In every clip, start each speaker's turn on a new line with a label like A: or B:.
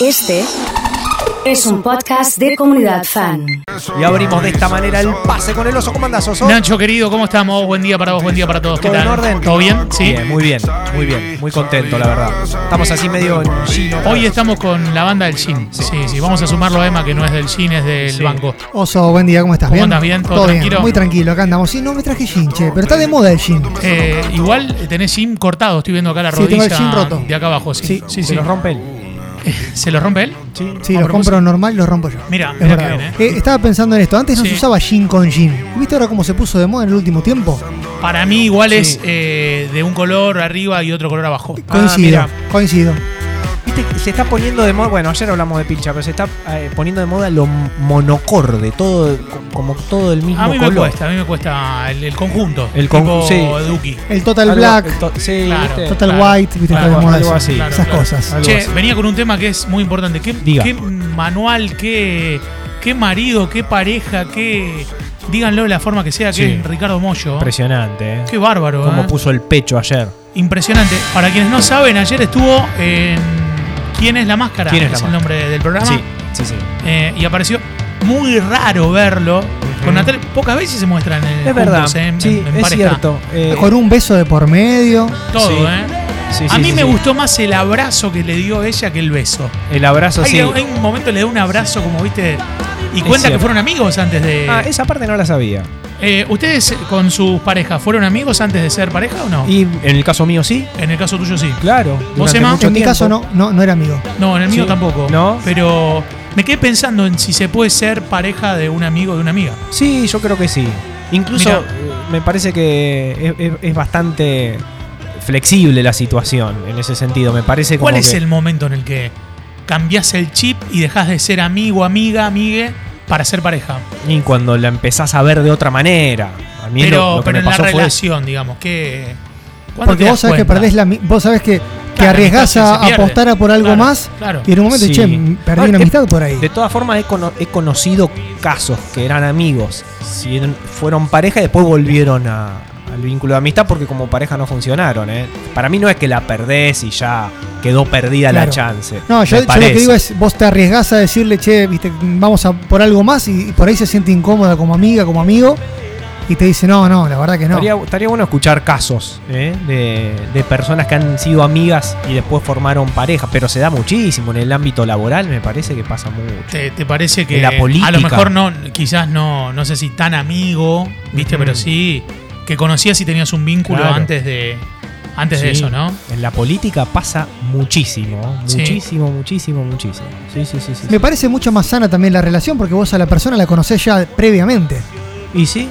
A: Este es un podcast de comunidad fan.
B: Y abrimos de esta manera el pase con el oso. ¿Cómo andás, oso?
C: Nacho, querido, ¿cómo estamos? Buen día para vos, buen día para todos. ¿Qué
B: ¿Todo
C: tal?
B: en orden?
C: ¿Todo bien? Sí.
B: Bien, muy bien, muy bien. Muy contento, la verdad. Estamos así medio en chino.
C: Hoy estamos con la banda del Shin. Sí, sí, Vamos a sumarlo a Emma, que no es del Shin, es del banco.
D: Oso, buen día, ¿cómo estás?
C: ¿Cómo andás? ¿Bien? ¿Todo
D: ¿Todo, bien?
C: tranquilo?
D: Muy tranquilo, acá andamos. Sí, no me traje jean, che, pero está de moda el jean.
C: Eh, igual tenés Shin cortado, estoy viendo acá la
D: Sí, tengo
C: rodilla
D: el jean roto.
C: de acá abajo. Sí, sí, sí.
B: Se los rompen.
C: ¿Se lo rompe él?
B: Sí.
D: Sí,
C: A
D: los
C: propósito.
D: compro normal, los rompo yo.
C: Mira,
D: Es
C: mira
D: verdad.
C: que bien, ¿eh?
D: Eh, estaba pensando en esto, antes no
C: Sí.
D: se usaba jean con jean. ¿Viste ahora cómo se puso de moda en el último tiempo?
C: Para mí igual es
B: Sí.
C: eh, de un color arriba y otro color abajo.
D: Coincido,
B: mira.
D: coincido.
B: Viste, que se está poniendo de moda. Bueno, ayer hablamos de pincha, pero se está eh, poniendo de moda lo monocorde. Todo, co- como todo el mismo
C: A mí me
B: color.
C: cuesta, a mí me cuesta el, el conjunto.
B: El
C: tipo
B: conju- sí.
C: Duki.
D: El total
B: Algo-
D: black,
B: el to- sí,
C: Claro.
B: ¿viste?
D: total
C: claro,
D: white, ¿viste?
C: claro,
D: está de moda
B: algo
D: eso,
B: así.
C: Claro,
D: esas
C: claro.
D: cosas.
B: Algo
C: Che,
B: así.
C: venía con un tema que es muy importante. ¿Qué,
B: Diga.
C: qué manual, qué, qué marido, qué pareja, qué. Díganlo de la forma que sea, que
B: Sí.
C: es Ricardo Mollo.
B: Impresionante, ¿eh?
C: Qué bárbaro,
B: Cómo
C: ¿eh?
B: puso el pecho ayer.
C: Impresionante. Para quienes no saben, ayer estuvo en. ¿Quién es la máscara?
B: ¿Quién es la
C: el
B: máscara?
C: nombre del programa.
B: Sí, sí, sí.
C: Eh, y apareció muy raro verlo. Con Natalia, pocas veces se muestran en
B: Es verdad.
C: juntos, eh, en-
B: Sí,
C: en- en
B: es
C: pareja.
B: cierto. Eh,
D: Con un beso de por medio.
C: Todo,
B: Sí.
C: ¿eh?
B: sí,
C: a
B: sí,
C: mí
B: sí,
C: me
B: sí.
C: gustó más el abrazo que le dio ella que el beso.
B: El abrazo,
C: Hay,
B: sí.
C: hay un momento le da un abrazo, como viste, y
B: Es
C: cuenta que
B: cierto.
C: fueron amigos antes de.
B: Ah, esa parte no la sabía.
C: Eh, ¿Ustedes con sus parejas fueron amigos antes de ser pareja o no?
B: Y en el caso mío sí,
C: en el caso tuyo sí.
B: claro. durante
C: Emma?
B: mucho
D: En mi
B: tiempo.
D: caso no, no, no era amigo.
C: No, en el mío
B: Sí.
C: tampoco.
B: No.
C: Pero me quedé pensando en si se puede ser pareja de un amigo o de una amiga.
B: Sí, yo creo que sí. Incluso
C: Mirá.
B: eh, me parece que es, es- es bastante flexible la situación en ese sentido. Me parece como
C: ¿Cuál es
B: que-
C: el momento en el que cambias el chip y dejas de ser amigo, amiga, amigue para ser pareja?
B: Y cuando la empezás a ver de otra manera. A mí
C: Pero,
B: lo, lo que
C: pero
B: me
C: en la
B: pasó fue...
C: relación, digamos, que. ¿cuándo
D: Porque
C: te
D: vos
C: das
D: sabés que
C: cuenta?
D: perdés la. mi- Vos sabés que, que
C: Claro,
D: arriesgás
C: la amistad se
D: a
C: pierde.
D: apostar a por algo
C: Claro,
D: más.
C: claro.
D: Y en un momento,
B: Sí.
D: che, m- perdí
B: Ah,
D: una
B: eh,
D: amistad por ahí.
B: De todas formas, he, cono- he conocido casos que eran amigos, si eran- fueron pareja y después volvieron a- al vínculo de amistad porque como pareja no funcionaron. ¿eh? Para mí no es que la perdés y ya quedó perdida la
D: Claro.
B: chance.
D: No,
B: me
D: yo, yo lo que
B: parece.
D: digo es, vos te arriesgás a decirle, che, viste, vamos a por algo más y, y por ahí se siente incómoda como amiga, como amigo, y te dice, no, no, la verdad que no.
B: Estaría, estaría bueno escuchar casos ¿eh? de, de personas que han sido amigas y después formaron pareja, pero se da muchísimo en el ámbito laboral, me parece que pasa mucho.
C: ¿Te, te parece que
B: En la
C: a
B: política.
C: lo mejor no, quizás no, no sé si tan amigo, viste,
B: Ujú.
C: pero sí que conocías y tenías un vínculo
B: Claro.
C: antes de antes de
B: Sí.
C: eso, ¿no?
B: En la política pasa muchísimo, ¿eh?
C: Sí.
B: muchísimo, muchísimo, muchísimo. Sí, sí, sí, sí.
D: Me parece mucho más sana también la relación porque vos a la persona la conocés ya previamente.
B: ¿Y sí?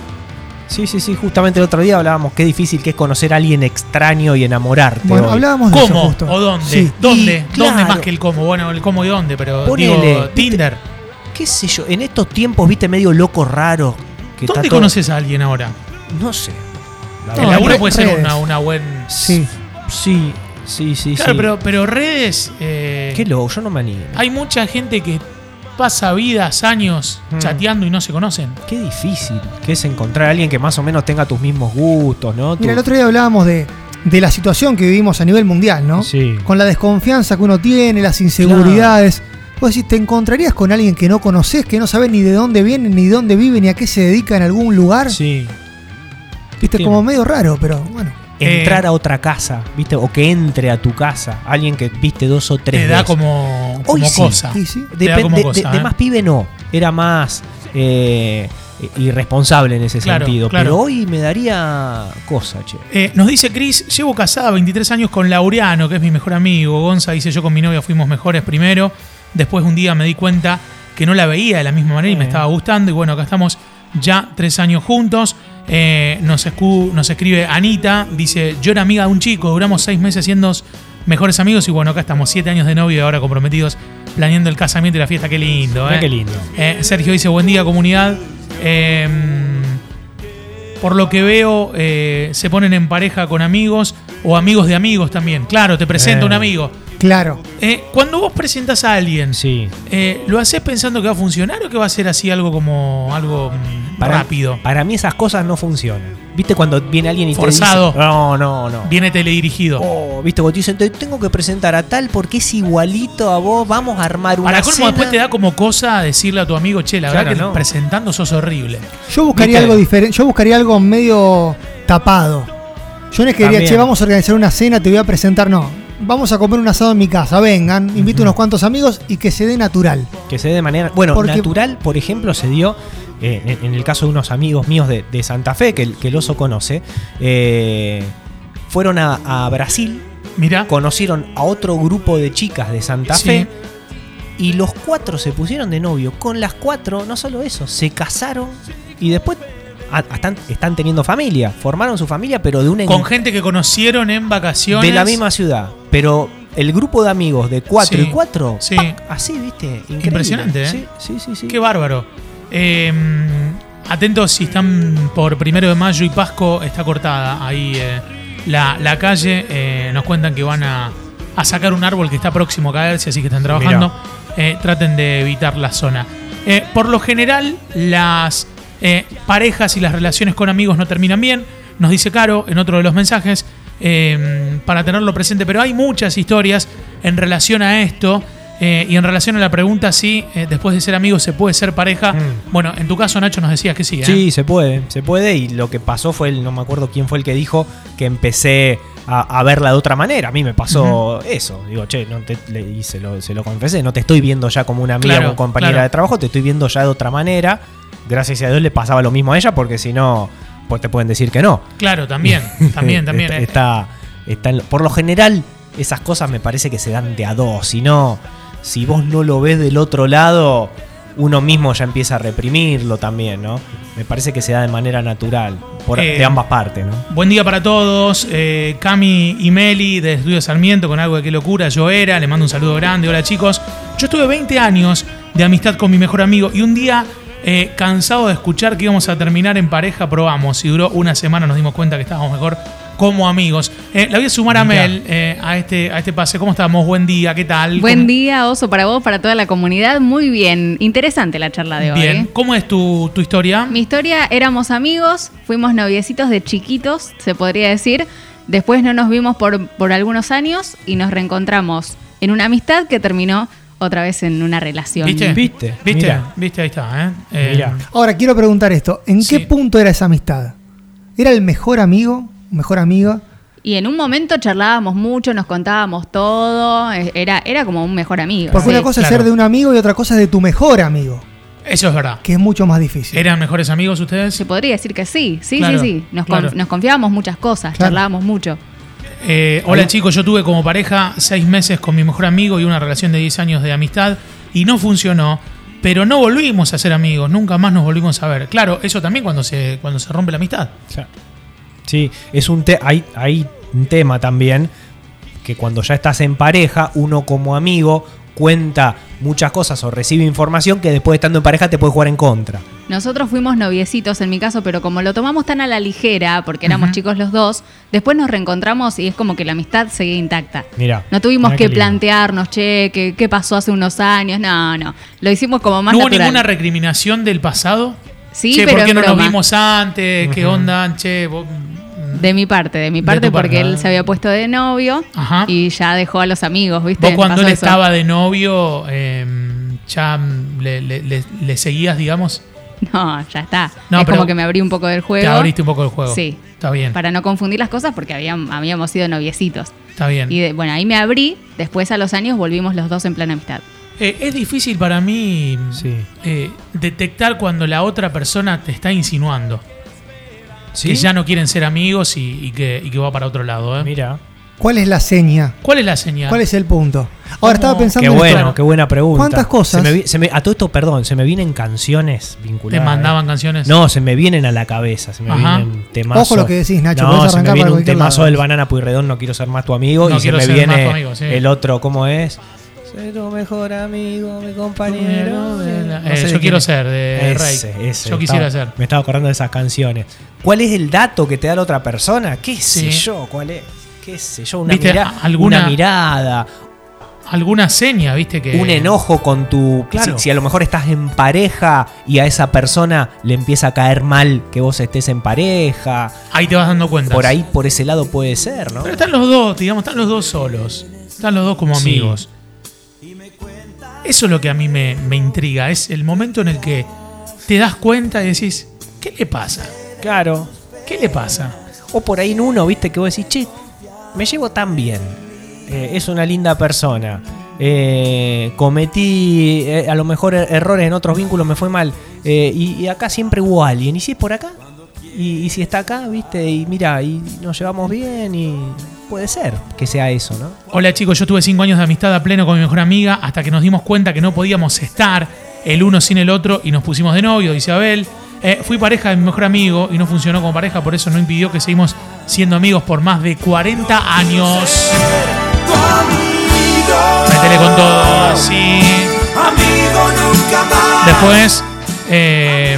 B: Sí, sí, sí. Justamente el otro día hablábamos qué difícil que es conocer a alguien extraño y enamorarte.
D: Bueno,
B: hoy.
D: hablábamos de eso
C: ¿Cómo
D: justo.
C: o dónde?
D: Sí.
C: ¿Dónde?
B: Y,
C: ¿Dónde
B: claro.
C: más que el cómo? Bueno, el cómo y dónde, pero
B: Ponele,
C: digo,
B: ¿viste?
C: Tinder.
B: ¿Qué sé yo? En estos tiempos, viste, medio loco raro. Que está
C: ¿Dónde
B: todo-
C: conoces a alguien ahora?
B: No sé.
D: No,
B: La
C: el
B: verdad.
C: laburo
D: re-
C: puede ser
D: redes.
C: una, una buena.
D: Sí.
B: Sí, sí, sí.
C: Claro,
B: sí.
C: pero, pero redes. eh,
B: Qué loco, yo no me animo.
C: hay mucha gente que pasa vidas, años
B: Mm.
C: chateando y no se conocen.
B: Qué difícil que es encontrar a alguien que más o menos tenga tus mismos gustos, ¿no?
D: Mira,
B: Tu-
D: el otro día hablábamos de, de la situación que vivimos a nivel mundial, ¿no?
B: Sí.
D: Con la desconfianza que uno tiene, las inseguridades. Vos decís, te encontrarías con alguien que no conoces, que no sabes ni de dónde viene, ni dónde vive, ni a qué se dedica en algún lugar.
B: Sí.
D: Viste,
B: Sí.
D: como medio raro, pero bueno.
B: Entrar
C: Eh,
B: a otra casa, ¿viste? O que entre a tu casa. Alguien que viste dos o tres.
C: Te da
B: veces.
C: como,
B: Hoy
C: como
B: sí.
C: cosa.
D: Sí, sí.
C: Te da
B: Depen-
C: como
B: de,
C: cosa,
B: de- de
C: ¿eh?
B: más pibe no. Era más eh, irresponsable en ese
C: Claro,
B: sentido.
C: claro.
B: Pero hoy me daría cosa, che.
C: Eh, nos dice Cris, llevo casada 23 años con Laureano, que es mi mejor amigo. Gonza dice, yo con mi novia fuimos mejores primero. Después un día me di cuenta que no la veía de la misma manera y me
B: Eh.
C: estaba gustando. Y bueno, acá estamos ya tres años juntos. Eh, nos, escu- nos escribe Anita, dice, yo era amiga de un chico, duramos seis meses siendo mejores amigos y bueno, acá estamos siete años de novio y ahora comprometidos planeando el casamiento y la fiesta. Qué lindo,
B: Mirá
C: eh.
B: qué lindo.
C: Eh, Sergio dice, buen día comunidad. Eh, por lo que veo, eh, se ponen en pareja con amigos o amigos de amigos también. Claro, te presento
B: Eh.
C: un amigo.
D: Claro.
C: Eh, cuando vos presentas a alguien,
B: Sí.
C: eh, ¿lo haces pensando que va a funcionar o que va a ser así algo como algo mm,
B: Para-
C: rápido?
B: Para mí esas cosas no funcionan. ¿Viste cuando viene alguien y
C: Forzado.
B: te dice... No, no, no.
C: Viene teledirigido.
B: Oh, ¿Viste cuando te dicen, te tengo que presentar a tal porque es igualito a vos, vamos a armar una
C: Para colmo
B: cena"?
C: después te da como cosa decirle a tu amigo, che, la
B: Claro,
C: verdad que
B: no.
C: presentando sos horrible.
D: Yo buscaría
B: ¿Viste?
D: algo diferente, yo buscaría algo medio tapado. Yo no es que diría,
B: También.
D: che, vamos a organizar una cena, te voy a presentar, no. Vamos a comer un asado en mi casa, vengan, invito unos cuantos amigos y que se dé natural.
B: Que se dé de manera. Bueno,
D: Porque-
B: natural, por ejemplo, se dio eh, en, en el caso de unos amigos míos de, de Santa Fe, que el, que el oso conoce. eh, fueron a, a Brasil,
C: Mirá,
B: conocieron a otro grupo de chicas de Santa
C: Sí.
B: Fe. Y los cuatro se pusieron de novio. Con las cuatro, no solo eso, se casaron y después a- están, están teniendo familia. Formaron su familia, pero de una
C: con gente que conocieron en vacaciones.
B: de la misma ciudad. Pero el grupo de amigos de cuatro
C: Sí.
B: y cuatro,
C: Sí.
B: ¡pac! así, viste, Increíble.
C: Impresionante, ¿eh?
B: Sí, sí, sí. sí.
C: Qué bárbaro. Eh, atentos si están por primero de mayo y Pasco, está cortada ahí eh, la, la calle. Eh, nos cuentan que van a, a sacar un árbol que está próximo a caerse, así que están trabajando. Eh, traten de evitar la zona. Eh, por lo general, las eh, parejas y las relaciones con amigos no terminan bien. Nos dice Caro en otro de los mensajes eh, para tenerlo presente, pero hay muchas historias en relación a esto eh, y en relación a la pregunta si eh, después de ser amigos se puede ser pareja.
B: Mm.
C: Bueno, en tu caso Nacho nos decías que sí. ¿eh?
B: Sí, se puede, se puede. Y lo que pasó fue, el, no me acuerdo quién fue el que dijo que empecé a, a verla de otra manera. A mí me pasó eso. Digo, che, no te, le- y se lo, se lo confesé. No te estoy viendo ya como una amiga
C: Claro,
B: o compañera
C: claro.
B: de trabajo, te estoy viendo ya de otra manera. Gracias a Dios le pasaba lo mismo a ella, porque si no, pues te pueden decir que no.
C: Claro, también, también, también.
B: Está,
C: eh.
B: está- está en lo- por lo general, esas cosas me parece que se dan de a dos. Si no, si vos no lo ves del otro lado, uno mismo ya empieza a reprimirlo también, ¿no? Me parece que se da de manera natural, por,
C: Eh,
B: de ambas partes, ¿no?
C: Buen día para todos. Eh, Cami y Meli de Estudio Sarmiento con algo de qué locura yo era. Le mando un saludo grande. Hola chicos. Yo estuve 20 años de amistad con mi mejor amigo y un día, eh, cansado de escuchar que íbamos a terminar en pareja, probamos. Y duró una semana, nos dimos cuenta que estábamos mejor como amigos. Eh, la voy a sumar a
B: Mirá.
C: Mel eh, a, este, a este pase. ¿Cómo estamos? Buen día, ¿qué tal?
E: Buen
C: ¿Cómo-
E: día, Oso, para vos, para toda la comunidad. Muy bien, interesante la charla de hoy.
C: Bien.
E: ¿eh?
C: ¿Cómo es tu, tu historia?
E: Mi historia, éramos amigos, fuimos noviecitos de chiquitos, se podría decir. Después no nos vimos por, por algunos años y nos reencontramos en una amistad que terminó otra vez en una relación.
C: ¿Viste?
B: Viste,
C: ¿Viste?
B: mirá.
C: ¿Viste? Ahí está, ¿eh? Eh,
B: Mirá.
D: Ahora, quiero preguntar esto, ¿en
C: Sí.
D: qué punto era esa amistad? ¿Era el mejor amigo, mejor amiga?
E: Y en un momento charlábamos mucho, nos contábamos todo, eh, era, era como un mejor amigo.
D: Porque
E: sí.
D: una cosa
C: claro.
D: es ser de un amigo y otra cosa es de tu mejor amigo,
C: Eso es verdad.
D: que es mucho más difícil.
C: ¿Eran mejores amigos ustedes?
E: Se podría decir que sí, sí,
C: Claro,
E: sí, sí. Nos, con-
C: claro.
E: nos confiábamos muchas cosas,
D: Claro.
E: charlábamos mucho.
C: Eh, hola chicos, yo tuve como pareja seis meses con mi mejor amigo y una relación de 10 años de amistad y no funcionó, pero no volvimos a ser amigos, nunca más nos volvimos a ver. Claro, eso también cuando se, cuando se rompe la amistad.
B: Sí, es un te- hay, hay un tema también que cuando ya estás en pareja, uno como amigo cuenta muchas cosas o recibe información que después estando en pareja te puede jugar en contra.
E: Nosotros fuimos noviecitos en mi caso, pero como lo tomamos tan a la ligera, porque éramos chicos los dos, después nos reencontramos y es como que la amistad seguía intacta.
B: Mirá,
E: No tuvimos
B: mirá qué
E: que
B: lindo.
E: plantearnos, che, ¿qué, qué pasó hace unos años? No, no. Lo hicimos como más
C: ¿No hubo
E: natural.
C: ninguna recriminación del pasado?
E: Sí,
C: che,
E: pero
C: ¿por qué
E: en
C: no nos
E: broma.
C: vimos antes? ¿Qué onda? Che, vos-
E: De mi parte, de mi
C: De
E: parte,
C: tu parte,
E: porque
C: ah.
E: él se había puesto de novio
C: Ajá.
E: y ya dejó a los amigos, ¿viste?
C: vos cuando
E: Pasó
C: él
E: eso.
C: estaba de novio, eh, ya mm, le, le- le- le seguías, digamos,
E: No, ya está.
C: No,
E: es
C: pero
E: como que me abrí un poco del juego.
C: te abriste un poco el juego.
E: Sí.
C: Está bien,
E: Para no confundir las cosas, porque habían- habíamos sido noviecitos.
C: está bien.
E: Y de- bueno, ahí me abrí, después a los años volvimos los dos en plan amistad.
C: Eh, es difícil para mí
B: Sí.
C: eh, detectar cuando la otra persona te está insinuando.
B: ¿Sí?
C: Que ya no quieren ser amigos y, y que, y que va para otro lado. ¿eh?
B: Mira.
D: ¿Cuál es la seña?
C: ¿Cuál es la señal?
D: ¿Cuál es el punto? Ahora estaba
C: ¿Cómo?
D: pensando
B: Qué
D: en esto.
B: bueno, qué buena pregunta.
D: ¿Cuántas cosas?
B: Se me vi- se me- a todo esto, perdón, se me vienen canciones
C: ¿Te
B: vinculadas. ¿eh?
C: mandaban canciones?
B: No, se me vienen a la cabeza, se me
C: Ajá.
B: vienen temazos.
D: Ojo lo que decís, Nacho, podés
B: No, se me
D: arrancar
B: viene
D: para
B: un
D: cualquier
B: temazo
D: lado.
B: del Banana Pueyrredón, no quiero ser más tu amigo.
C: No
B: y se
C: quiero
B: me
C: ser
B: viene
C: más tu amigo, sí.
B: el otro, ¿cómo es? Soy tu mejor amigo, mi compañero.
C: Eh,
B: No
C: yo
B: sé de quién
C: quiero
B: es.
C: ser de
B: Ese,
C: Rey.
B: ese,
C: yo quisiera
B: estaba-
C: ser.
B: Me estaba acordando de esas canciones. ¿Cuál es el dato que te da la otra persona? ¿Qué sé
C: Sí.
B: yo? ¿Cuál es? ¿Qué sé yo? Una,
C: ¿Viste
B: mira-
C: a- alguna-
B: una mirada,
C: alguna seña, ¿viste? que
B: un enojo con tu.
C: Claro.
B: Si, si a lo mejor estás en pareja y a esa persona le empieza a caer mal que vos estés en pareja.
C: Ahí te vas dando cuenta.
B: Por ahí, por ese lado puede ser, ¿no?
C: Pero están los dos, digamos, están los dos solos. Están los dos como
B: Sí.
C: amigos. Eso es lo que a mí me, me intriga. Es el momento en el que te das cuenta y decís, ¿qué le pasa?
B: Claro.
C: ¿Qué le pasa?
B: O por ahí en uno, viste, que vos decís, che, me llevo tan bien. Eh, es una linda persona. Eh, cometí eh, a lo mejor er- errores en otros vínculos, me fue mal. Eh, y, y acá siempre hubo alguien. ¿Y si es por acá? Y, y si está acá, viste, y mira, y nos llevamos bien y puede ser que sea eso, ¿no?
C: Hola chicos, yo tuve cinco años de amistad a pleno con mi mejor amiga hasta que nos dimos cuenta que no podíamos estar el uno sin el otro y nos pusimos de novio, dice Abel. Eh, fui pareja de mi mejor amigo y no funcionó como pareja, por eso no impidió que seguimos siendo amigos por más de 40 años. Métele con todo, sí.
F: Amigo nunca más.
C: Después, eh,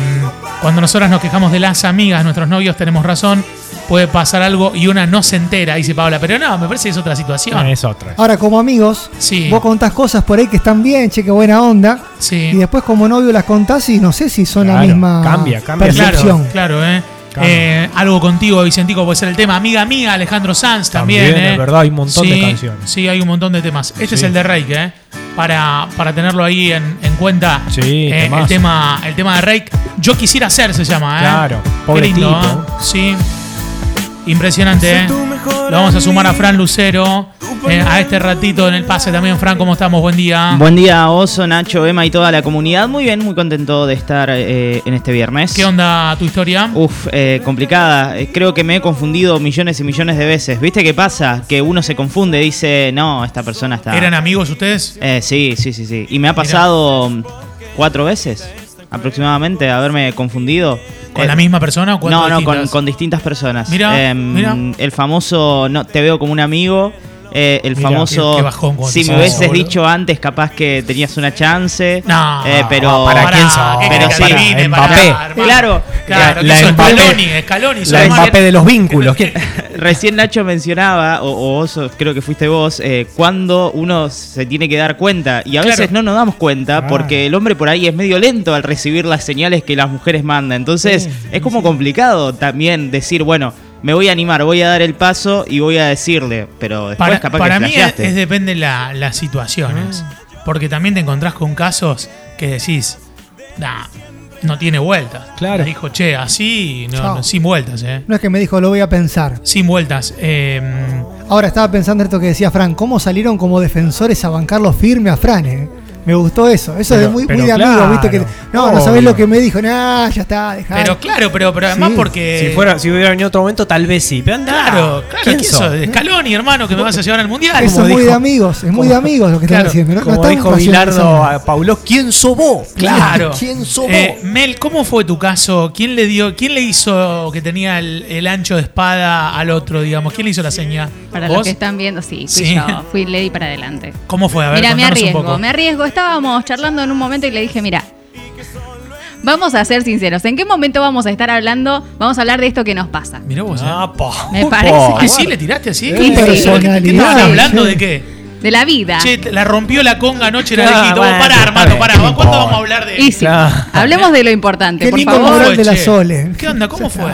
C: cuando nosotras nos quejamos de las amigas, nuestros novios, tenemos razón, puede pasar algo y una no se entera, dice Paula. Pero no, me parece que es otra situación.
B: es otra.
D: Ahora, como amigos,
C: Sí.
D: vos contás cosas por ahí que están bien, che, qué buena onda.
C: Sí.
D: Y después, como novio, las contás y no sé si son la
B: Claro,
D: misma
B: cambia, cambia.
D: percepción.
C: Claro, claro, ¿eh?
B: Cambio.
C: Eh, algo contigo, Vicentico, puede ser el tema. Amiga mía, Alejandro Sanz también.
B: También,
C: ¿eh?
B: es verdad, hay un montón de
C: Sí,
B: canciones.
C: Sí, hay un montón de temas. Este
B: Sí.
C: es el de Reik, ¿eh? Para, para tenerlo ahí en, en cuenta.
B: Sí,
C: Eh, el,
B: temazo.
C: tema, el tema de Reik. Yo quisiera ser, se llama, ¿eh?
B: Claro,
C: Qué
B: pobre
C: lindo,
B: tipo.
C: ¿eh? Sí. Impresionante, ¿eh? Lo vamos a sumar a Fran Lucero. eh, a este ratito en el pase también, Fran, ¿cómo estamos? Buen día.
G: Buen día, Oso, Nacho, Emma y toda la comunidad. Muy bien, muy contento de estar eh, en este viernes.
C: ¿Qué onda tu historia?
G: Uf, eh, complicada. Eh, Creo que me he confundido millones y millones de veces. ¿Viste qué pasa? Que uno se confunde, dice, no, esta persona está.
C: ¿Eran amigos ustedes?
G: Eh, sí, sí, sí, sí. Y me ha pasado mm, cuatro veces aproximadamente haberme confundido.
C: ¿Con
G: Eh,
C: la misma persona o cuatro
G: No, no, con,
C: distintas?
G: con distintas personas.
C: Mirá,
G: Em,
C: mirá.
G: El famoso no, te veo como un amigo. eh, el
B: Mirá,
G: famoso.
C: qué- qué bajón cuando te
G: si me
C: pasa
G: hubieses
C: eso, boludo.
G: dicho antes, capaz que tenías una chance.
C: No,
G: Eh, pero.
B: ¿para
C: Pará,
B: quién sos?
C: ¿qué
G: Pero
C: querés
G: sí.
C: que adivine?
B: Pará,
C: Pará,
B: Mbappé.
C: hermano.
G: Claro.
C: claro,
B: La-
C: la,
B: la Mbappé-
C: Scaloni, Scaloni,
B: La
C: sos más-
B: empape de los vínculos. ¿quién?
G: Recién Nacho mencionaba, o, o vos, o creo que fuiste vos, eh, cuando uno se tiene que dar cuenta. Y a
C: Claro.
G: veces no nos damos cuenta
B: Ah.
G: porque el hombre por ahí es medio lento al recibir las señales que las mujeres mandan. Entonces es como complicado también decir, bueno, me voy a animar, voy a dar el paso y voy a decirle. Pero después
C: Para,
G: capaz
C: para
G: que eh.
C: mí es,
G: flasheaste.
C: es depende la, las situaciones. Porque también te encontrás con casos que decís, nah, no tiene vueltas.
B: Claro.
C: Me dijo, che, así, no,
D: Chao.
C: no, sin vueltas, eh.
D: No es que me dijo, lo voy a pensar.
C: Sin vueltas. eh,
D: Ahora estaba pensando esto que decía Fran, cómo salieron como defensores a bancarlo firme a Fran, eh? Me gustó eso, eso es de
B: Pero-
D: muy,
B: pero
D: muy de amigo,
B: claro.
D: ¿viste? Que, no, no
B: Obvio.
D: sabés lo que me dijo, nah, ya está, dejá.
C: pero claro, pero, pero además
D: Sí.
C: porque.
B: si, fuera, si hubiera venido otro momento, tal vez sí. Pero andá,
C: Claro, claro, ¿quién,
B: sos?
C: sos? Scaloni, hermano, que me vas a llevar al mundial.
D: eso
B: como
D: es muy
B: dijo-
D: de amigos, es muy de amigos lo que
C: claro,
D: están haciendo. No,
B: Como
D: no
B: dijo Bilardo a Paulo, ¿quién sobó?
C: Claro.
B: ¿Quién sobó?
C: Eh, Mel, ¿cómo fue tu caso? ¿Quién le dio, quién le hizo que tenía el, el ancho de espada al otro, digamos? ¿Quién le hizo la seña?
E: Para
C: ¿Vos?
E: los que están viendo, sí, fui
C: Sí.
E: yo, fui Lady para adelante.
C: ¿Cómo fue? A ver,
E: mira, me
C: contanos un
E: arriesgo,
C: poco.
E: me arriesgo. Estábamos charlando en un momento y le dije, mira, vamos a ser sinceros. ¿En qué momento vamos a estar hablando? Vamos a hablar de esto que nos pasa.
C: Mirá vos. eh.
B: Ah, pa.
E: Me parece
C: ¿Y sí le tiraste así?
D: Qué
C: ¿Qué- qué-
D: personalidad,
C: ¿Qué estaban
E: sí.
C: hablando de qué?
E: de la vida.
C: Che, te- la rompió la conga anoche en
B: Ah,
C: Arequito. Vos
B: bueno,
C: pará,
B: está
C: hermano,
B: bien.
C: pará.
B: ¿Qué
C: ¿Cuándo
B: importa?
C: vamos a hablar de
E: y sí,
B: Claro.
E: hablemos de lo importante,
D: Qué
E: por
D: lindo
C: ¿Cómo
E: favor.
D: moral de la
C: che?
D: Sole.
C: ¿Qué onda? ¿Cómo fue?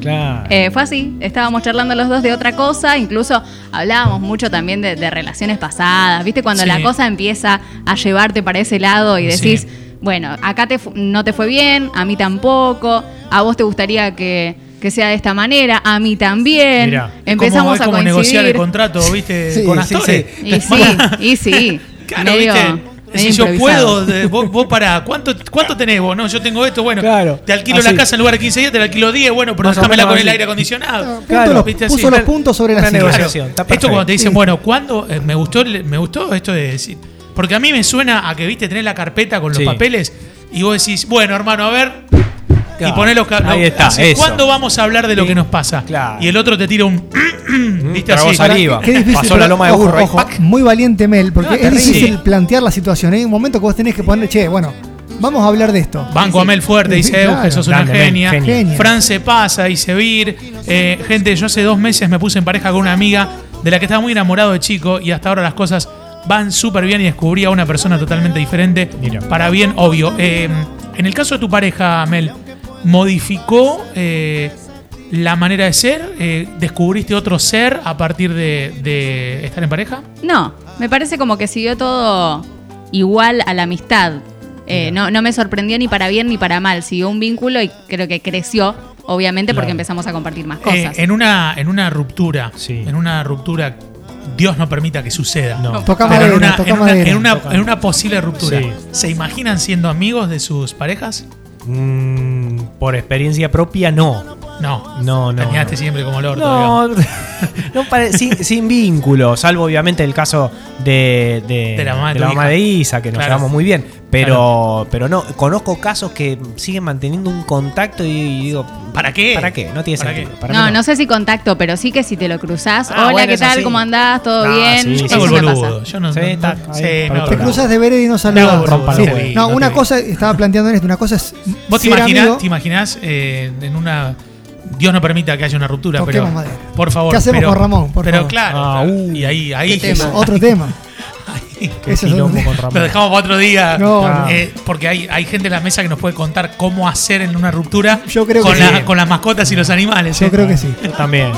B: Claro.
E: Eh, fue así, estábamos charlando los dos de otra cosa, incluso hablábamos mucho también de, de relaciones pasadas, ¿viste? Cuando
C: Sí.
E: la cosa empieza a llevarte para ese lado y decís, bueno, acá te fu- no te fue bien, a mí tampoco, a vos te gustaría que, que sea de esta manera, a mí también,
B: Mirá,
E: empezamos
C: ¿Cómo,
E: a
C: cómo negociar el
E: coincidir.
C: contrato, viste,
D: Sí,
C: con
D: sí,
C: Astore?
E: Y sí, y sí.
C: Claro,
E: medio-
C: viste.
E: medio
C: Si yo
E: improvisado.
C: puedo, de- vos, vos para, ¿cuánto, ¿cuánto tenés vos? No, yo tengo esto, bueno,
B: Claro,
C: te alquilo
B: así.
C: la casa en lugar de 15 días, te la alquilo 10, bueno, pero
B: Más o
C: déjamela
B: menos
C: con
B: así.
C: el aire acondipunto
D: Claro,
B: Claro,
D: puso los puntos sobre la
B: Una
D: silla.
B: negociación. está
C: Esto
B: perfecto.
C: cuando te dicen,
D: Sí.
C: bueno, ¿cuándo? Eh, me, gustó, el- me gustó esto de decir. Porque a mí me suena a que, viste, tenés la carpeta con los
B: Sí.
C: papeles y vos decís, bueno, hermano, a ver. Y
B: Claro,
C: ponés los ca-
B: ahí
C: no,
B: está,
C: así,
B: eso.
C: ¿Cuándo vamos a hablar de lo
B: Sí,
C: que nos pasa?
B: claro.
C: Y el otro te tira un. ¿Viste
B: tragó
C: así?
B: saliva.
D: Qué difícil,
B: Pasó la
D: pero,
B: loma de
D: ojo,
B: burro, ahí,
D: ojo,
B: pac.
D: muy valiente Mel, porque
C: No,
D: es
C: terrible.
D: difícil plantear la situación. Hay un momento que vos tenés que poner, che, bueno, vamos a hablar de esto.
C: Banco Amel
D: Sí,
C: Fuerte, dice Euge,
D: claro.
C: sos una
B: Grande, Mel,
C: genia.
B: genio.
D: Genia.
C: Fran se pasa, dice Vir. Eh, gente, yo hace dos meses me puse en pareja con una amiga de la que estaba muy enamorado de chico y hasta ahora las cosas van súper bien y descubrí a una persona totalmente diferente.
B: Mira.
C: Para bien, obvio. Eh, en el caso de tu pareja, Mel, ¿modificó eh, la manera de ser? Eh, ¿Descubriste otro ser a partir de, de estar en pareja?
E: No, me parece como que siguió todo igual a la amistad. Eh, no, no me sorprendió ni para bien ni para mal. Siguió un vínculo y creo que creció, obviamente,
B: Claro.
E: porque empezamos a compartir más cosas.
C: Eh, en, una, en una ruptura.
B: Sí.
C: En una ruptura, Dios no permita que suceda.
B: No.
D: Toca
C: Pero en
D: madera,
C: una,
D: toca
C: en una-
D: madera.
C: en una- en una posible ruptura.
B: Sí.
C: ¿Se imaginan siendo amigos de sus parejas?
B: Mm, por experiencia propia, no.
C: No.
B: No, no,
C: Terminaste
B: no.
C: siempre como el orto, digamos.
B: No, no pare- sin, sin vínculo, salvo obviamente el caso de, de,
C: De la mamá de tu hija.
B: de Isa, que nos
C: Claro.
B: llevamos muy bien. Pero, pero no, conozco casos que siguen manteniendo un contacto y, y digo,
C: ¿Para qué?
B: ¿Para qué? No tiene
C: ¿Para
B: sentido.
C: qué?
B: Para mí
E: no, no sé si contacto, pero sí que si te lo cruzás.
B: Ah,
E: Hola,
B: bueno,
E: ¿qué
B: eso
E: tal?
B: sí.
E: ¿Cómo andás? ¿Todo
B: Ah,
E: bien?
B: sí, sí,
C: Yo
E: Eso
C: hago el
E: me
C: boludo.
E: pasa.
C: Yo no,
B: Sí,
C: no-
B: está-
C: sí,
B: ahí, para
C: no, no,
D: Te
B: otro
C: no.
D: cruzas de vereda y no
C: Me hago
D: saludas.
C: boludo,
D: Sí.
B: no te vi,
D: No,
C: no te
D: una
C: vi.
D: cosa, estaba planteando en esto, una cosa es.
C: ¿Vos te
D: ser
C: imaginás,
D: amigo.
C: te imaginás, eh, en una. Dios no permita que haya una ruptura, pero.
D: Toquemos madera.
C: Por favor.
D: ¿Qué hacemos
C: pero-
D: con Ramón? Por
C: pero
D: favor.
C: claro.
B: Ah,
C: claro.
B: uh,
C: y ahí, ahí.
D: Es otro tema.
B: Qué
D: Ese es
B: quilombo
D: otro-
B: con Ramón.
C: Lo dejamos para otro día.
D: No,
B: Ah.
C: eh, porque hay, hay gente en la mesa que nos puede contar cómo hacer en una ruptura
D: Yo creo que
C: con, la-
D: sí.
C: con las mascotas y los animales.
D: Yo
C: eh.
D: creo que sí.
B: Yo también.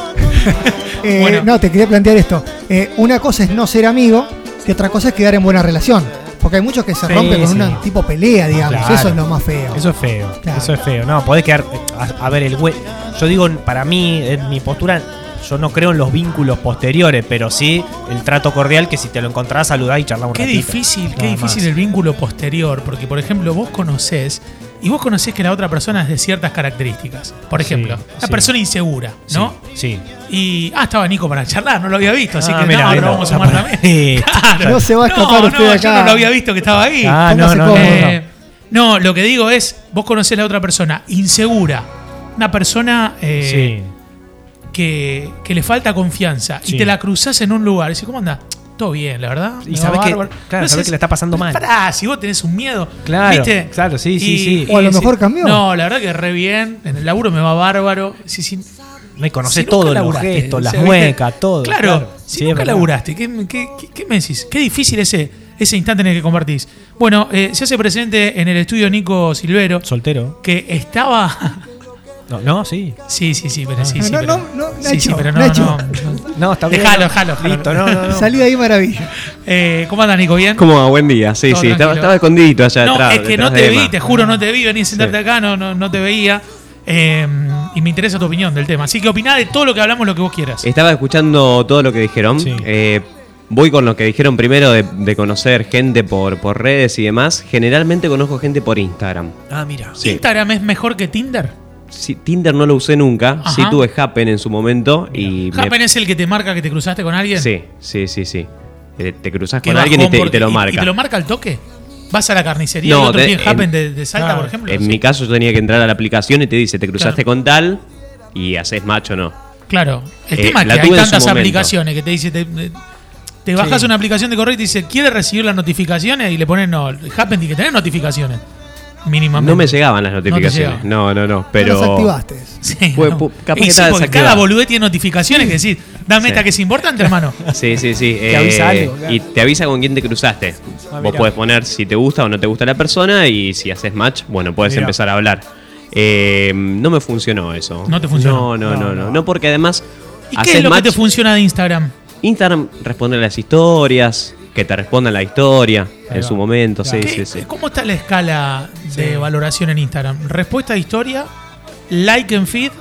D: Eh,
C: Bueno.
D: No, te quería plantear esto. Eh, una cosa es no ser amigo y otra cosa es quedar en buena relación. Porque hay muchos que se
B: Sí,
D: rompen con
B: sí.
D: un tipo pelea, digamos.
B: Claro.
D: Eso es lo más feo.
B: Eso es feo.
D: Claro.
B: Eso es feo. No, podés quedar. A, a ver, el güey. Yo digo, para mí, en mi postura, yo no creo en los vínculos posteriores, pero sí el trato cordial que si te lo encontrás, saludás y charlás un
C: Qué
B: ratito.
C: difícil, qué
B: Nada
C: difícil
B: más.
C: el vínculo posterior, porque por ejemplo vos conocés y vos conocés que la otra persona es de ciertas características. Por
B: Sí,
C: ejemplo, una
B: sí.
C: persona insegura,
B: Sí,
C: ¿no?
B: Sí.
C: Y. Ah, estaba Nico para charlar, no lo había visto, así
B: Ah,
C: que
B: mirá,
C: no,
B: ahí
C: lo
B: lo-
C: vamos a sumar
B: está
C: también.
B: por-
D: No se va a escapar
C: no,
D: usted
C: no,
D: de
C: yo
D: acá.
C: no lo había visto que estaba ahí.
B: Ah, no,
D: Póngase
B: no, no,
D: cómodo.
B: no.
C: Eh, no, lo que digo es, vos conocés a la otra persona, insegura. Una persona eh,
B: Sí.
C: que, que le falta confianza
B: Sí.
C: y te la cruzás en un lugar y decís, ¿cómo anda? Todo bien, la verdad.
B: Y
C: me va
B: sabés que-
C: bárbaro".
B: claro, sabés que la está pasando mal.
C: pará, si vos tenés un miedo.
B: Claro,
C: ¿viste?
B: claro, sí, sí, sí.
D: O a lo
C: decís,
D: mejor cambió.
C: No, la verdad que re bien. En el laburo me va bárbaro. Sí, sí.
B: Me
C: Si
B: conocés
C: nunca
B: todo, los
C: laburaste,
B: gestos,
C: o
B: las
C: sea, ¿viste?
B: muecas, todo.
C: Claro, si
B: Sí, es
C: nunca
B: verdad.
C: laburaste, ¿qué, qué, qué- qué me decís? Qué difícil ese, ese instante en el que compartís. Bueno, eh, se hace presente en el estudio Nico Silvero,
B: Soltero.
C: que estaba.
B: No, no, sí.
C: sí, sí, sí, pero
B: Ah,
C: sí,
D: No,
C: sí.
D: no,
C: pero,
D: no, no,
C: sí, sí,
D: Nacho,
C: pero no,
D: Nacho.
C: no, no.
B: No, está bien.
C: Dejalo,
B: no.
C: dejalo, dejalo.
B: Listo, no, no, no.
D: Salí de ahí maravilla.
C: Eh, ¿Cómo anda, Nico? ¿Bien?
H: Como "Ah, buen día, sí,
C: Todo
H: sí,
C: tranquilo.
H: estaba, estaba escondidito allá
C: No,
H: atrás.
C: es que
H: detrás
C: no
H: de
C: te
H: Emma.
C: vi, te juro, no te vi. Vení a sentarte acá, no, no, no te veía. Eh, y me interesa tu opinión del tema. Así que opiná de todo lo que hablamos, lo que vos quieras.
H: Estaba escuchando todo lo que dijeron.
B: Sí.
H: Eh, voy con lo que dijeron primero de, de conocer gente por, por redes y demás. Generalmente conozco gente por Instagram.
B: Ah, mira.
H: Sí.
C: ¿Instagram es mejor que Tinder?
H: Sí, Tinder no lo usé nunca,
C: Ajá.
H: sí tuve Happen en su momento y... me-
C: ¿Happen es el que te marca que te cruzaste con alguien?
H: Sí, sí, sí, sí. Eh, Te cruzas
C: Qué
H: con alguien y
C: bajón,
H: te, y te
C: porque-
H: lo
C: y-
H: marca.
C: ¿Y te lo marca al toque? ¿Vas a la carnicería
H: No,
C: y el otro
H: de-
C: tiene
H: en-
C: Happen de, de Salta,
B: claro,
C: por ejemplo?
H: en
C: Sí.
H: mi caso yo tenía que entrar a la aplicación y te dice, te
C: Claro. Ah,
H: cruzaste con tal y haces macho o no.
C: Claro. El
H: Eh,
C: tema es
H: la
C: que hay
H: tuve en su
C: tantas
H: momento.
C: aplicaciones que te dice... Te, te- te bajas una aplicación de correo y te dice, ¿quiere recibir las notificaciones? Y le pones no. Happen tiene que tener notificaciones. Mínimamente.
H: No me llegaban las
C: No te
H: notificaciones.
C: llegaban.
H: No, no, no. Pero...
D: No las activaste.
C: Sí,
H: Fue-
C: no.
H: pu- capaz
C: Y
H: que
C: sí,
H: estaba
C: porque cada
H: desactivado.
C: boludez tiene notificaciones que decís, dame
H: Sí.
C: esta que es importante, hermano.
H: Sí, sí, sí. eh,
B: Te avisa algo, claro.
H: Y te avisa con quién te cruzaste.
B: Ah,
H: Vos
B: mirá.
H: podés poner si te gusta o no te gusta la persona y si haces match, bueno, podés
B: Mirá.
H: empezar a hablar. Eh, no me funcionó eso.
C: No te funcionó.
H: No, no, no, no.
B: No, no.
H: No, porque además
C: ¿Y qué es
H: haces
C: lo
H: match.
C: que te funciona de Instagram?
H: Instagram responde a las historias, que te respondan la historia en
B: va.
H: su momento. Sí,
C: ¿Qué-
H: sí, sí.
C: ¿Cómo está la escala de
B: Sí.
C: valoración en Instagram? Respuesta a historia, like en feed,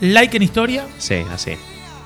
C: like en historia.
H: Sí, así.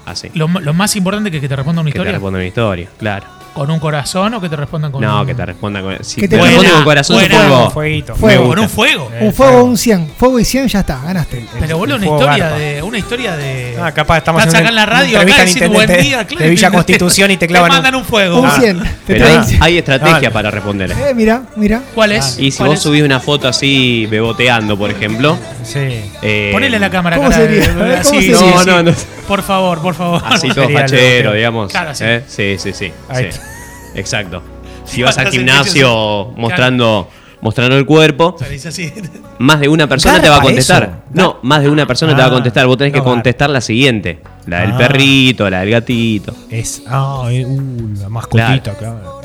H: Así.
C: Lo, lo más importante que es que te responda una
H: Que te
C: historia.
H: respondan mi historia, claro.
C: ¿Con un corazón o que te respondan con
H: No,
C: un,
H: que te respondan con. Si
D: Que
H: te,
D: te
H: responden
C: buena,
H: con corazón,
C: buena.
H: supongo.
B: Fueguito.
D: Fue-
C: con un fuego?
B: Eh,
D: Un fuego, un 100. Fuego y 100, ya está, ganaste.
C: Pero boludo, una
B: fuego
C: historia
B: barba.
C: de. Una historia de.
B: Ah, capaz estamos
C: Estás
B: haciendo
C: acá en la
B: una
C: radio, acá
B: entrevista al
C: decís buen
B: intendente
C: día,
B: de
C: claro,
B: Villa
C: y te-
B: Constitución y te clavan
C: Te mandan un fuego.
D: Un
C: Ah.
D: 100. Te
H: Pero
D: traen 100.
H: hay estrategia
B: Ah.
H: para responder.
D: Eh, mira, mira.
C: ¿Cuál es?
H: Ah, Y si
C: ¿Cuál
H: vos
C: es?
H: subís una foto así beboteando, por ejemplo,
B: Sí.
H: eh,
C: Ponele la cámara,
D: ¿Cómo
C: cara,
D: sería?
C: eh,
D: A ver,
C: así,
D: ¿cómo
C: sí,
H: sería?
C: sí,
H: No,
C: sí.
H: no, no.
C: Por favor, por favor.
H: así todo
B: Sería
H: fachero,
B: lo-
H: digamos.
C: Claro, sí.
H: ¿eh? sí, sí, sí.
B: Ahí
H: sí.
B: está.
H: Exacto. Si
C: Sí,
H: vas al
C: estás en
H: gimnasio
C: claro.
H: mostrando, mostrando el cuerpo,
C: Salís así.
H: más de una persona te va a
B: Garpa
H: contestar.
B: eso.
H: No, más de una persona te va a
B: Ah,
H: contestar. Vos tenés que
B: no, garpa.
H: contestar la siguiente. La del
B: Ah.
H: perrito, la del gatito.
B: Es. Ah, eh, uh, la mascotita, claro.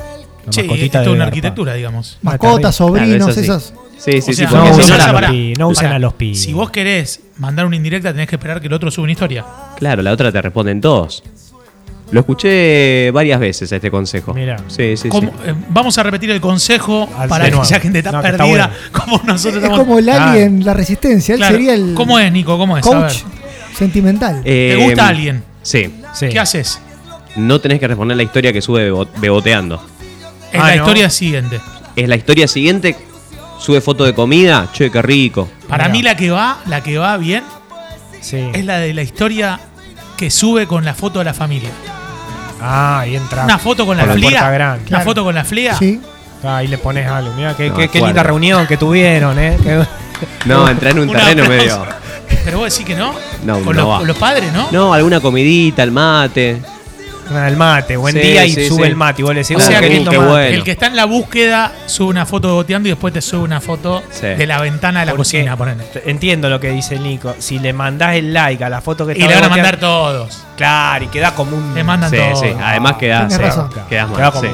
B: La
C: Che, y es
B: mascotita
C: toda
B: de
C: una
B: garpa.
C: arquitectura, digamos.
D: Mascotas, sobrinos,
H: Claro, eso sí.
D: esas.
H: Sí, sí,
C: O sea,
H: sí.
B: No
H: porque
C: si
H: si
B: usen,
C: no,
H: no
B: a,
H: la-
C: para-
B: los pi, no usen
C: Pará,
B: a los pi.
C: Si vos querés mandar una indirecta, tenés que esperar que el otro suba una historia.
H: Claro, la otra te responden todos. Lo escuché varias veces a este consejo.
B: Mirá.
H: Sí, sí, sí.
C: ¿Cómo- eh, vamos a repetir el consejo
B: Al-
C: para
B: de
C: que
B: nuevo.
C: esa gente tan
B: No, que está
C: perdida
B: bueno.
C: como nosotros
D: Es
C: estamos.
D: como el
B: Claro.
D: alien, la resistencia. Él
C: Claro.
D: sería el
C: ¿Cómo es, Nico? ¿Cómo es? A ver.
D: coach sentimental.
H: Eh,
C: ¿Te gusta alguien?
H: Sí.
B: Sí.
C: ¿Qué haces?
H: No tenés que responder la historia que sube bebo- beboteando.
C: Es
B: Ah,
C: la
B: no.
C: historia siguiente.
H: Es la historia siguiente, sube foto de comida, che, qué rico.
C: Para
B: Mirá.
C: mí la que va, la que va bien,
B: Sí.
C: es la de la historia que sube con la foto de la familia.
B: Ah, y entra.
C: Una foto con la,
B: Por la
C: flia.
B: puerta grande.
C: Una
B: Claro.
C: foto con la flia.
D: Sí.
B: Ah, ahí le pones algo. Mira, qué,
H: No,
B: qué- qué
H: cuadro.
B: linda reunión que tuvieron, ¿eh? Qué-
H: No, entra en un
C: Un
H: terreno
C: aplauso.
H: medio.
C: Pero vos decís que no.
H: No,
C: con,
H: no
C: los,
H: va.
C: con los padres, ¿no?
H: No, alguna comidita, el mate.
B: Nada, el mate, buen
H: Sí,
B: día y
H: sí,
B: sube
H: sí.
B: el mate. Y vos le decís,
C: O sea
B: "Uh, qué
C: que
B: lindo
H: qué
B: mate".
H: bueno.
C: El que está en la búsqueda sube una foto boteando y después te sube una foto
H: Sí.
C: de la ventana de la
B: Porque
C: cocina, ponele.
B: Entiendo lo que dice Nico. Si le mandás el like a la foto que
C: Y le van a mandar todos.
B: Claro, y queda como un.
C: Le mandan
H: Sí,
C: todo.
H: sí. Además quedás,
D: Tenés
H: sí,
D: razón.
H: quedás mal.
B: Quedás como-
H: sí.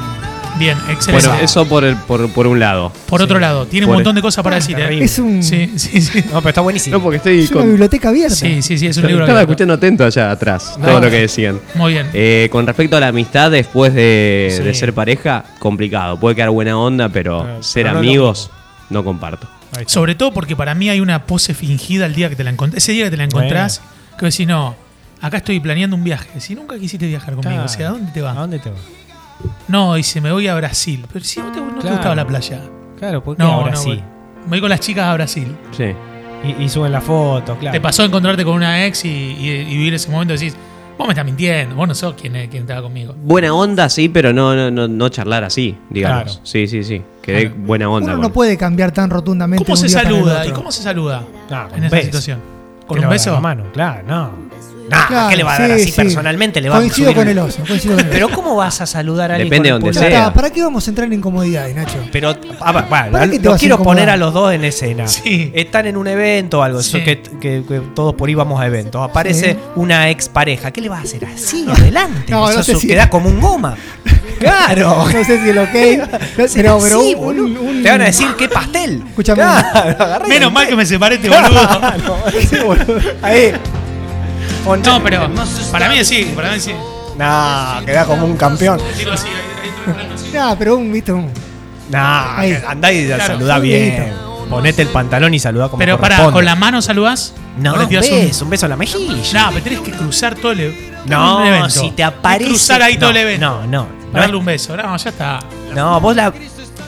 C: Bien, excelente.
H: Bueno, eso por, el- por, por un lado.
C: por otro lado, tiene un
H: Por-
C: montón de cosas para decir. ¿eh?
B: terrible.
D: Es un.
C: Sí, sí, sí.
B: No, pero está buenísimo.
H: No, porque estoy
D: Es una biblioteca abierta.
C: Sí, sí, sí, es un libro.
H: Estaba
C: abierto.
H: escuchando atento allá atrás, todo lo que decían.
C: Muy bien.
H: Eh, con respecto a la amistad después de,
B: Sí.
H: de ser pareja, complicado. Puede quedar buena onda, pero
B: Ah,
H: ser
B: pero no
H: amigos no comparto.
B: Ahí está.
C: Sobre todo porque para mí hay una pose fingida el día que te la encontrás. Ese día que te la
B: Bueno.
C: encontrás, que vos decís, no, acá estoy planeando un viaje. Si nunca quisiste viajar conmigo,
B: Claro.
C: o sea, ¿a dónde te
B: ¿A
C: vas?
B: dónde te vas?
C: No, dice, me voy a Brasil. Pero si a vos te- no te
B: Claro.
C: gustaba la playa.
B: Claro, porque
C: No,
B: ahora
C: no,
B: sí.
C: voy- Me voy con las chicas a Brasil.
H: Sí.
B: Y, y suben la foto, claro.
C: ¿Te pasó encontrarte con una ex y, y- y vivir ese momento y decís, vos me estás mintiendo, vos no sos quien, es- quien estaba conmigo?
H: Buena onda, sí, pero no, no, no, no charlar así, digamos.
B: Claro.
H: Sí, sí, sí. Quedé buena
D: Uno
H: onda. con-
D: no puede cambiar tan rotundamente.
C: ¿Cómo
D: de un
C: se
D: día para el
C: saluda?
D: otro.
C: ¿Y cómo se saluda
B: Ah, con
C: en esa
B: beso.
C: situación? ¿Con
B: Que lo
C: un
B: agarra
C: beso?
B: la mano, claro, no. Nah,
D: Claro,
B: ¿qué le va a dar
D: sí,
B: así
D: sí.
B: personalmente? Le va
D: Coincido
B: a subir
D: con
B: un-
D: el oso. Coincido con el oso.
B: Pero ¿cómo vas a saludar a alguien?
H: Depende
B: con el
H: de
D: Ya
H: dónde
B: pulgar?
H: sea.
D: está, ¿Para qué vamos a entrar en incomodidades, Nacho?
B: Pero, ah, va, va,
D: ¿Para qué te
B: lo
D: vas a
B: quiero
D: incomodar?
B: poner a los dos en escena.
C: Sí.
B: Están en un evento o algo, eso
C: Sí.
B: que, que- que todos por ahí vamos a eventos. Aparece
D: Sí.
B: una expareja. ¿Qué le vas a hacer así? Adelante.
D: No,
B: o sea,
D: no sé
B: su-
D: si-
B: queda como un goma. Claro.
D: No sé si el ok.
B: Será
D: pero, pero
B: así,
D: un-
B: boludo.
D: un-
B: Te van a decir qué pastel.
D: Escúchame.
B: Claro, agarrá
C: Menos
B: y-
C: mal que me separé este boludo.
B: Claro, sí, boludo. Ahí.
C: No, pero para mí sí, para mí sí.
B: Nah, queda como un campeón.
C: Digo así, ahí- ahí- ahí-
D: Ah, pero un, viste, un-
B: Nah,
D: Ahí.
B: andá y
C: Claro.
B: saludá bien. Ponete el pantalón y saludá como
C: Pero para,
B: corresponde.
C: ¿con la mano saludás?
B: No,
C: ¿O le
B: un
C: tirás
B: beso,
C: un-
B: un beso a la mejilla.
C: No, pero tenés que cruzar todo el e-
B: No,
C: un evento.
B: si te
C: Tenés que
B: aparece.
C: Cruzar ahí todo
B: no,
C: el evento.
B: No, no.
C: Para darle
B: No,
C: un beso. No, ya está.
B: no, vos la.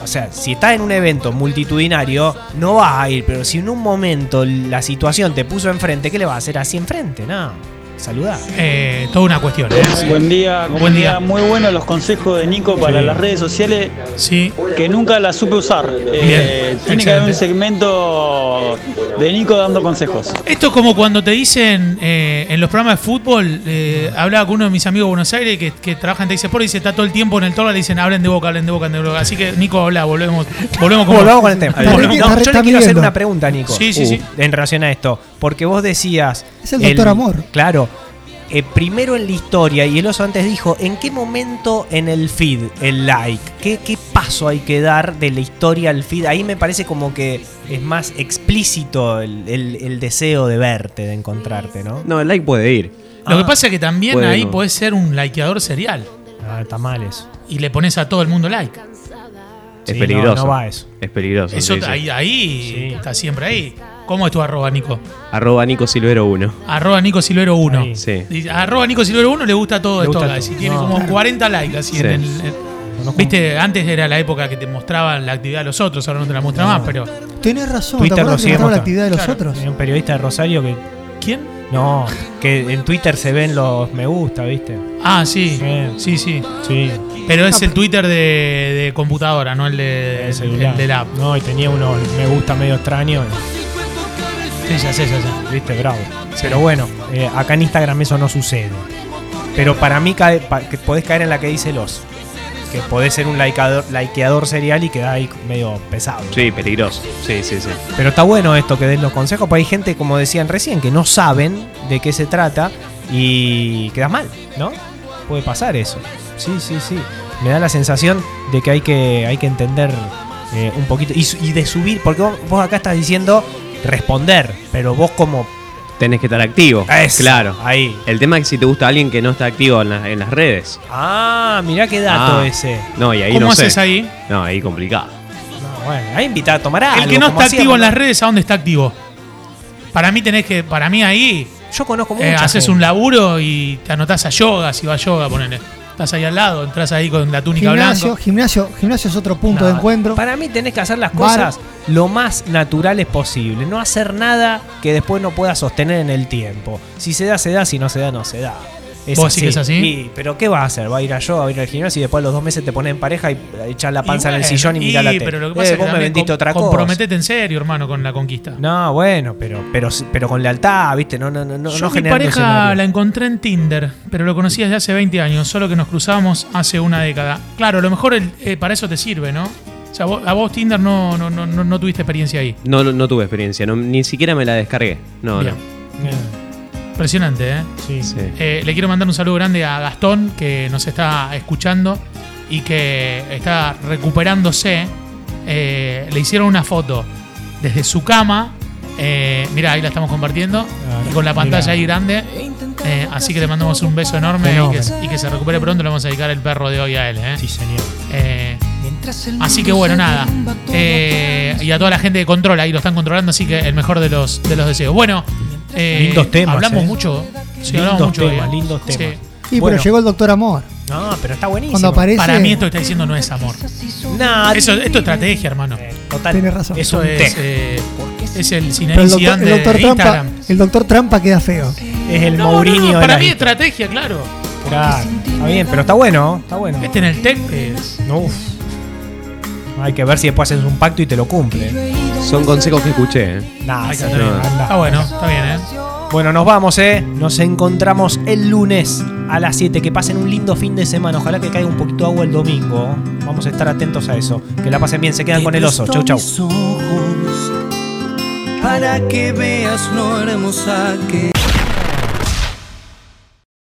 B: O sea, si estás en un evento multitudinario, no vas a ir, pero si en un momento la situación te puso enfrente, ¿qué le vas a hacer así enfrente? No. Saludá.
C: Eh, toda una cuestión. ¿eh?
I: Buen día,
C: Buen día.
I: comunidad. Muy buenos los consejos de Nico para las redes sociales
C: Sí.
I: que nunca las supe usar. Eh, tiene que haber
C: excelente.
I: un segmento de Nico dando consejos.
C: Esto es como cuando te dicen eh, en los programas de fútbol, eh, hablaba con uno de mis amigos de Buenos Aires que, que trabaja en Teis Sport y dice, está todo el tiempo en el toro, le dicen, hablen de boca, hablen de boca, hablen de boca. Así que, Nico, habla, volvemos. Volvemos con
B: Volvamos con el tema.
C: Volvemos.
D: Está re-
B: No, yo
D: está
B: le quiero hacer
D: midiendo.
B: una pregunta, Nico. Uh,
C: Sí, sí, sí.
B: En relación a esto. Porque vos decías.
D: Es el doctor Amor.
B: Claro. eh, primero en la historia, y el oso antes dijo: ¿en qué momento en el feed, el like? ¿Qué, ¿Qué paso hay que dar de la historia al feed? Ahí me parece como que es más explícito el, el- el deseo de verte, de encontrarte, ¿no?
H: No, el like puede ir.
C: Lo que pasa es que también
H: Bueno.
C: ahí podés ser un likeador serial
B: Ah, está mal eso.
C: y le pones a todo el mundo like.
B: Sí,
H: Es
B: no,
H: peligroso.
B: no va eso.
H: Es peligroso.
C: Eso
H: Pues sí,
C: ahí,
H: sí.
C: ahí
B: Sí.
C: está siempre ahí. ¿Cómo es tu arroba, Nico?
H: Arroba Nico Silvero 1.
C: Arroba Nico Silvero 1.
B: Ahí.
H: Sí.
C: Dice, Arroba Nico Silvero 1 le gusta todo
B: Le
C: esto.
B: gusta
C: acá.
B: todo.
C: Si tiene
B: No,
C: como 40 likes. así
H: Sí.
C: en el- en-
B: Conozco
C: Viste, antes era la época que te mostraban la actividad de los otros, ahora no te la muestra más, pero.
D: Tenés razón.
B: Twitter
D: ¿Te
B: lo
D: acuerdas que
B: sigue
D: mostraba la
B: mostrando.
D: actividad de los
C: Claro.
D: otros?
B: un- un periodista de Rosario que.
C: ¿Quién?
B: No, que en Twitter se ven los me gusta, ¿viste?
C: Ah, sí.
B: Sí.
C: Sí, sí.
B: Sí.
C: Pero es el Twitter de, de computadora, no el de,
B: El celular.
C: el de la app.
B: No, y tenía unos me gusta medio extraño.
C: Sí, ya sé, ya sé.
B: Viste, bravo. Pero bueno, eh, acá en Instagram eso no sucede. Pero para mí cae, pa- que podés caer en la que dice los. Que podés ser un likeador, likeador serial y quedar ahí medio pesado.
H: Sí, peligroso. Sí, sí, sí.
B: Pero está bueno esto que den los consejos, porque hay gente, como decían recién, que no saben de qué se trata y quedas mal, ¿no? Puede pasar eso. Sí, sí, sí. me da la sensación de que hay que, hay que entender eh, un poquito y, su- y de subir, porque vos, vos acá estás diciendo responder, pero vos como...
H: Tenés que estar activo.
B: Es,
H: Claro.
B: Ahí.
H: El tema es que si te gusta alguien que no está activo en, la- en las redes.
B: Ah, mirá qué dato
H: Ah.
B: ese.
H: No, y ahí
C: ¿Cómo
H: no sé.
C: haces ahí?
H: No, ahí complicado.
B: No, bueno, ahí invita a tomar algo.
C: El que no
B: como
C: está
B: hacía
C: activo en
B: cuando-
C: las redes, ¿a dónde está activo? Para mí tenés que, para mí ahí,
B: Yo conozco
C: eh,
B: mucha
C: haces
B: gente.
C: un laburo y te anotás a yoga, si va a yoga, ponele. Estás ahí al lado, entras ahí con la túnica
D: Gimnasio,
C: blanca.
D: gimnasio, gimnasio es otro punto
B: No,
D: de encuentro.
B: Para mí tenés que hacer las
D: Bar.
B: cosas lo más naturales posible. No hacer nada que después no puedas sostener en el tiempo. Si se da, se da. Si no se da, no se da.
C: ¿Vos decís que es así?
B: Y- pero ¿qué va a hacer? ¿Va a ir a yo? ¿Va a ir al gimnasio? Y después a los dos meses te pones en pareja y echas la panza en
C: Y
B: el
C: bueno,
B: sillón y mirá la
C: y,
B: tele.
C: Pero lo que pasa
B: Eh,
C: es que
B: vos me
C: también
B: vendiste
C: com-
B: otra cosa.
C: comprometete en serio, hermano, con la conquista.
B: No, bueno, pero, pero, pero con lealtad, ¿viste? No, no, no, no,
C: Yo
B: no
C: mi
B: generando
C: pareja
B: escenario.
C: la encontré en Tinder, pero lo conocí desde hace 20 años, solo que nos cruzamos hace una década. Claro, a lo mejor el- eh, para eso te sirve, ¿no? O sea, vos- a vos Tinder no, no, no, no- no tuviste experiencia ahí.
H: No, no, no tuve experiencia, no- ni siquiera me la descargué. No,
C: Bien.
H: no.
C: Impresionante, ¿eh?
H: Sí.
C: Eh, Le quiero mandar un saludo grande a Gastón, que nos está escuchando y que está recuperándose. Eh, le hicieron una foto desde su cama. Eh, mira, ahí la estamos compartiendo.
B: Claro,
C: y con la pantalla
B: mirá.
C: ahí grande. Eh, así que le mandamos un beso enorme y
B: Fenómeno.
C: que, y que se recupere pronto. Le vamos a dedicar el perro de hoy a él. ¿eh?
B: Sí, señor.
C: Eh, así que bueno, nada. Eh, y a toda la gente que controla ahí lo están controlando, así que el mejor de los, de los deseos. Bueno, eh,
B: Lindos temas,
C: Hablamos
B: eh.
C: mucho. Sí,
B: Lindos
C: hablamos mucho.
B: temas,
C: hoy, eh.
B: lindos
C: Sí.
B: temas.
D: y
B: bueno.
D: pero llegó el doctor Amor.
B: No, pero está buenísimo.
D: Cuando aparece.
C: Para mí esto que está diciendo no es amor.
B: No,
C: Eso, esto es estrategia, hermano.
B: eh, total.
D: Tenés razón.
B: Eso
C: Eso
B: es,
C: es, eh, es el
D: Pero el doctor,
C: cinericidad
D: el
C: de
D: doctor Trampa,
C: Instagram.
D: el doctor Trampa queda feo.
B: es el
C: No, no,
B: Mourinho.
C: no,
B: de
C: para
B: la
C: mí
B: guita.
C: estrategia, claro.
B: Claro, está bien, pero está bueno, está bueno.
C: Este en el tech eh,
B: Uf. Hay que ver si después haces un pacto y te lo cumple.
H: Son consejos que escuché. ¿eh?
B: Nah,
C: Ahí
B: sí,
C: está,
H: está bien.
B: anda.
C: está bueno, está bien, ¿eh?
B: Bueno, nos vamos, ¿eh? Nos encontramos el lunes a las 7. Que pasen un lindo fin de semana. Ojalá que caiga un poquito de agua el domingo. Vamos a estar atentos a eso. Que la pasen bien. Se quedan con el oso. Chau, chau.
F: Para que veas lo hermosa que